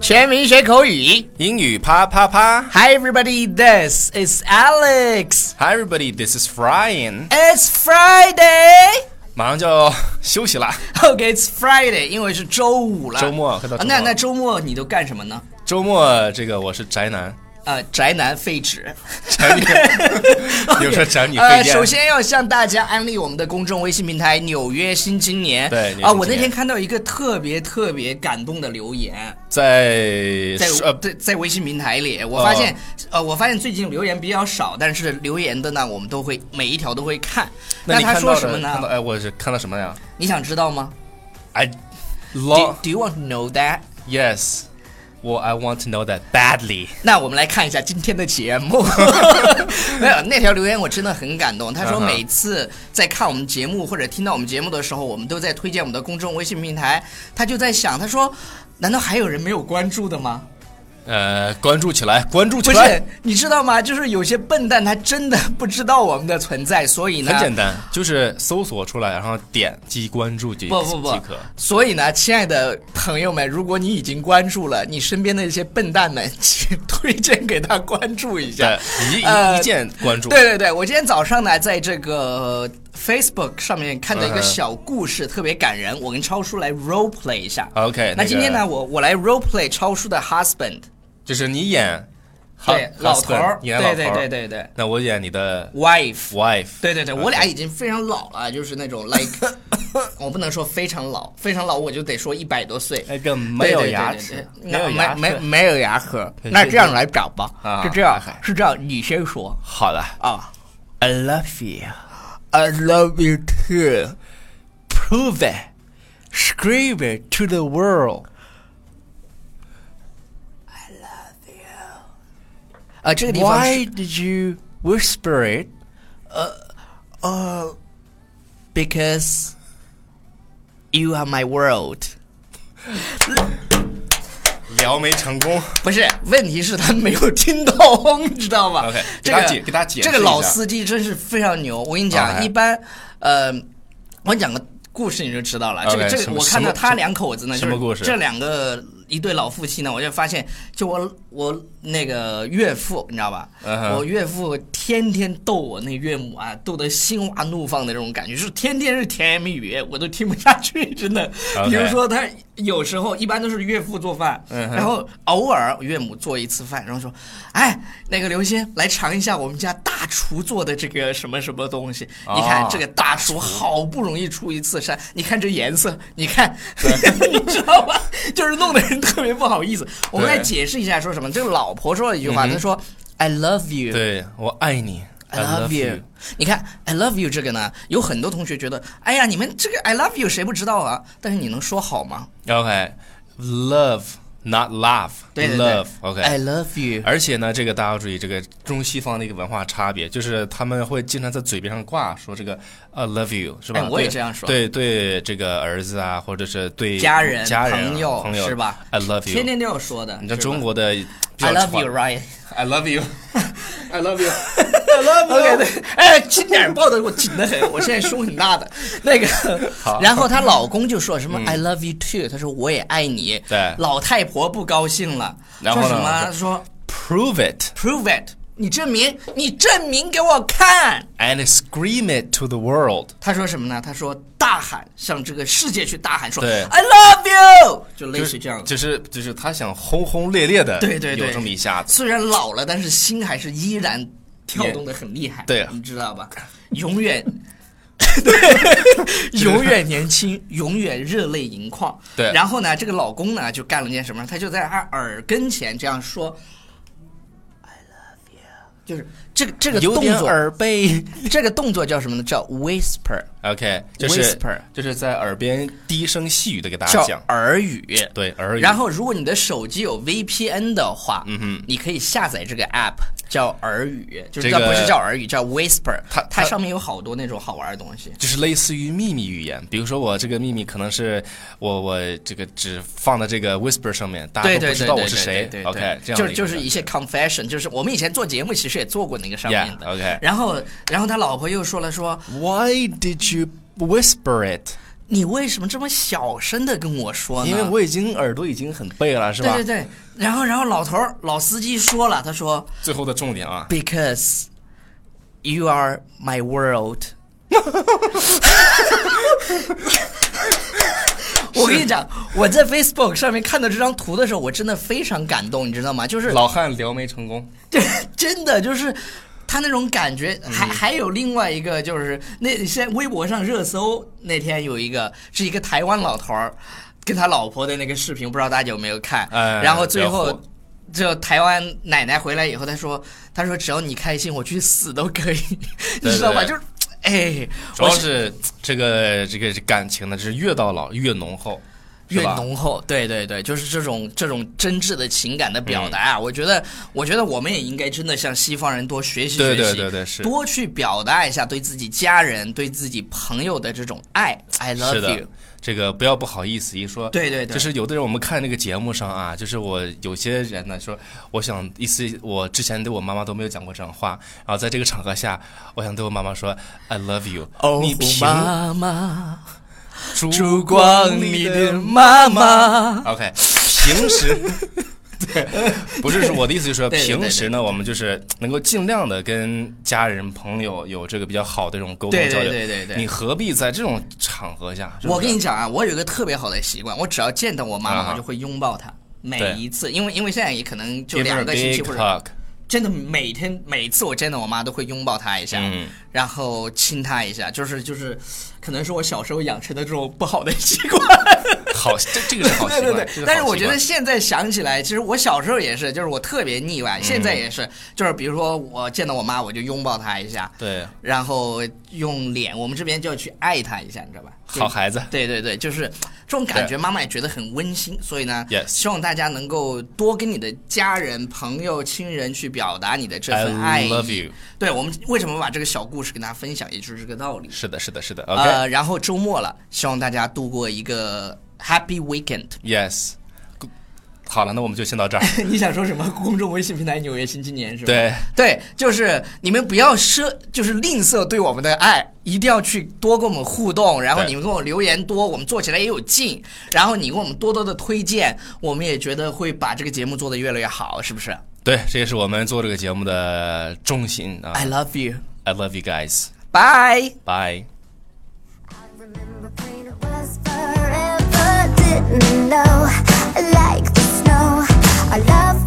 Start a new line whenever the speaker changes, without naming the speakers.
全民学口语。
英语啪啪啪
Hi everybody, this is Alex.
！Hi everybody, this is Brian。
It's Friday.
马上就要休息啦，
OK, it's Friday，因为是周五了。
周末快到
啊
周末
那那周末你都干什么呢？
周末这个我是宅男，
呃，宅男废纸。
宅 女，有时候宅女
呃，
费
首
电。
先要向大家安利我们的公众微信平台《纽约新青年》。
对纽约新青
啊，
年
我那天看到一个特别特别感动的留言，
在
在
呃
在在微信平台里，我发现，呃，我发现最近留言比较少，但是留言的呢，我们都会每一条都会看。
那你
他
看
说
到
什么
的看到
呢？
哎，我是看到什么呀
你想知道吗
？I
？Do
love
Do you want to know that？
yes，我 I want to know that badly。
那我们来看一下今天的节 目。 没有那条留言我真的很感动，他说
嗯哼
每次在看我们节目或者听到我们节目的时候，我们都在推荐我们的公众微信平台，他就在想，他说。难道还有人没有关注的吗？
呃，关注起来，关注起
不
来
是。，你知道吗？就是有些笨蛋，他真的不知道我们的存在，所以呢，
很简单，就是搜索出来，然后点击关注即
不不不
即可。，
所以呢，亲爱的朋友们，如果你已经关注了，你身边的一些笨蛋们，请推荐给他关注一下
对。，一一
呃
一键关注。
对对对，我今天早上呢，在这个 Facebook 上面看到一
嗯
个
哼
小故事，特别感人。我跟超叔来 role play 一下。
OK，
那
个
今天呢，我我来 role play 超叔的 husband，
就是你演
对
hus-
老头儿
husband，，你演老
对
头
对
儿
对对对
那我演你的
，wife。
wife，
对对对，我俩已经非常老了，就是那种 like，我不能说非常老，非常老我就得说一百多岁。
那个没有牙
对
齿，
对对对
没有牙齿，
没没没有牙齿。
对
那
对
这样来讲吧，
啊
是这样
嗨，
是这样，你先说
好了
啊。
，I love you。
I love you too.
Prove it, scream it to the world。
啊，这个地方是
Why did you whisper it?
because you are my world。
聊没成功，
不是，问题是他没有听懂， 你知道吗
OK，
这
给
个
他解给他解
这
释一下
个老司机真是非常牛。我跟你讲，
OK
一般，呃，我讲个故事你就知道了。这个
OK，
这
什
个，
么
我看
什
到
么
他两口子呢，
什么
就是
故事
这两个一对老夫妻呢，我就发现，就我我那个岳父，你知道吧
嗯哼
我岳父天天逗我那岳母啊，逗得心花怒放的那种感觉，就是天天是甜言蜜语，我都听不下去，真的。
OK
比如说他有时候一般都是岳父做饭，
嗯哼
然后偶尔岳母做一次饭，然后说：“哎，那个刘鑫来尝一下我们家大厨做的这个什么什么东西。
哦
你看这个大厨好不容易出一次山，你看这颜色，你看， 你知道吧？就是弄得人特别不好意思。我们来
对嗯
解释一下说什么。这个老婆说了一句话，她说：“I love you。”
对我爱你
I love you。你看，I love you 这个呢，有很多同学觉得，哎呀，你们这个 I love you 谁不知道啊？但是你能说好吗？
OK，love not love，
对对对
love OK。
I love you。
而且呢，这个大家要注意，这个中西方的一个文化差别，就是他们会经常在嘴边上挂说这个 “I love you” 是吧？
哎我也
对
这样说
对对，这个儿子啊，或者是对
家人、
家人啊、
朋
朋
友是吧
？I love
天
you。
天都要说的。
你知道
是吧
中国的比较
，I love
传
you, Ryan。
I love you, I love you, I love you.
OK，对，哎，金点抱的我紧得 很，我现在胸很大的。那个， 然后她老公就说什么 “I love you too”，她说我也爱你。
嗯对
老太婆不高兴了，
然后呢
说什么说
Prove it
“Prove it”，你证明，你证明给我看。
and scream it to the world.
她说什么呢？她说大喊向这个世界去大喊说
对
“I love you”，就类
就
似于这样的。
就是就是他想轰轰烈烈的，
对对对，
有这么一下子。
虽然老了，但是心还是依然跳动的很厉害。
对啊
你知道吧？永 远，对，永远年轻，永远热泪盈眶。
对啊
然后呢，这个老公呢就干了件什么？他就在他耳跟前这样说：“I love you。”就是这个这个
有
动
点
作，
耳啊背。
这个动作叫什么呢？叫 whisper，
OK，就是
Whisper
就是在耳边低声细语的给大家
叫
讲，
耳语。
对耳语。
然后，如果你的手机有 VPN 的话，嗯哼，你可以下载这个 app 叫耳语，就是
这
它
个
不是叫耳语，叫 Whisper 它。
它
它
它
上面有好多那种好玩的东西。
就是类似于秘密语言，比如说我这个秘密可能是我我这个只放在这个 whisper 上面，大家
对
啊都
对
不知
对
道
对
我是谁
对。对
OK，这样
就是
的一个
就是一些 confession，就是我们以前做节目其实也做过那个上面的。
Yeah，OK
然后然后他老婆又说了说，
Why did you whisper it
你为什么这么小声的跟我说呢？
因为我已经耳朵已经很背了，是吧？
对对对，然后然后老头儿老司机说了，他说
最后的重点啊，
Because you are my world 。我跟你讲，我在 Facebook 上面看到这张图的时候，我真的非常感动，你知道吗？就是
老汉撩妹成功，
对，真的就是他那种感觉。
嗯
还还有另外一个，就是那现在微博上热搜那天有一个是一个台湾老头儿跟他老婆的那个视频，不知道大家有没有看？
哎
然后最
比较
后
火。
就台湾奶奶回来以后，她说：“她说只要你开心，我去死都可以，你知道吧？
对对
就是，哎，
主
我
要是这个这个感情呢，就是越到老越浓厚，是
越
吧
浓厚，对对对，就是这种这种真挚的情感的表达
嗯
啊！我觉得，我觉得我们也应该真的向西方人多学习学
对
习，
对对对是
多去表达一下对自己家人、对自己朋友的这种爱，I
是
love
的
you。，
这个不要不好意思一说，
对对对，
就是有的人，我们看那个节目上啊，就是我有些人呢说，我想意思我之前对我妈妈都没有讲过这种话，然后在这个场合下，我想对我妈妈说 I love you，、
哦
你凭
妈妈，
烛
烛光里的妈妈。
OK，平时。 对，不是说我的意思，就是说
对对对
平时呢，我们就是能够尽量的跟家人、朋友有这个比较好的这种沟通
对
交
对
流。
对对对
你何必在这种场合下？是不是
我跟你讲啊，我有一个特别好的习惯，我只要见到我妈
啊
妈，我就会拥抱她。每
对
一次，因为因为现在也可能就
Give her
两
a
个星期
big
或者
hug，
真的每天每次我见到我妈都会拥抱她一下，
嗯
然后亲她一下，就是就是，可能是我小时候养成的这种不好的习 惯。
好，这这个是好习
对
惯。
对
这
对，
个
但是
好
我
习
觉得
惯
现在想起来，其实我小时候也是，就是我特别腻歪，现在也
嗯
是，就是比如说我见到我妈，我就拥抱她一下，
对，
然后用脸，我们这边就要去爱她一下，你知道吧？就
好孩子。
对对对，就是这种感觉，
对
妈妈也觉得很温馨。所以呢
Yes
希望大家能够多跟你的家人、朋友、亲人去表达你的这
I
份爱意。
love you。
对我们为什么把这个小故事跟大家分享，也就是这个道理。
是的，是的，是的。
呃，然后周末了，希望大家度过一个 Happy Weekend。
OK，Yes。好了，那我们就先到这儿。
你想说什么？公众微信平台《纽约新青年》是吧？
对，
对，就是你们不要奢，就是吝啬对我们的爱，一定要去多跟我们互动，然后
对
你们跟我留言多，我们做起来也有劲，然后你给我们多多的推荐，我们也觉得会把这个节目做得越来越好，是不是
对，这也是我们做这个节目的重心啊。
？I love you.
I love you guys.
Bye.
Bye.
I remember when it was forever. Didn't know I like the snow. I love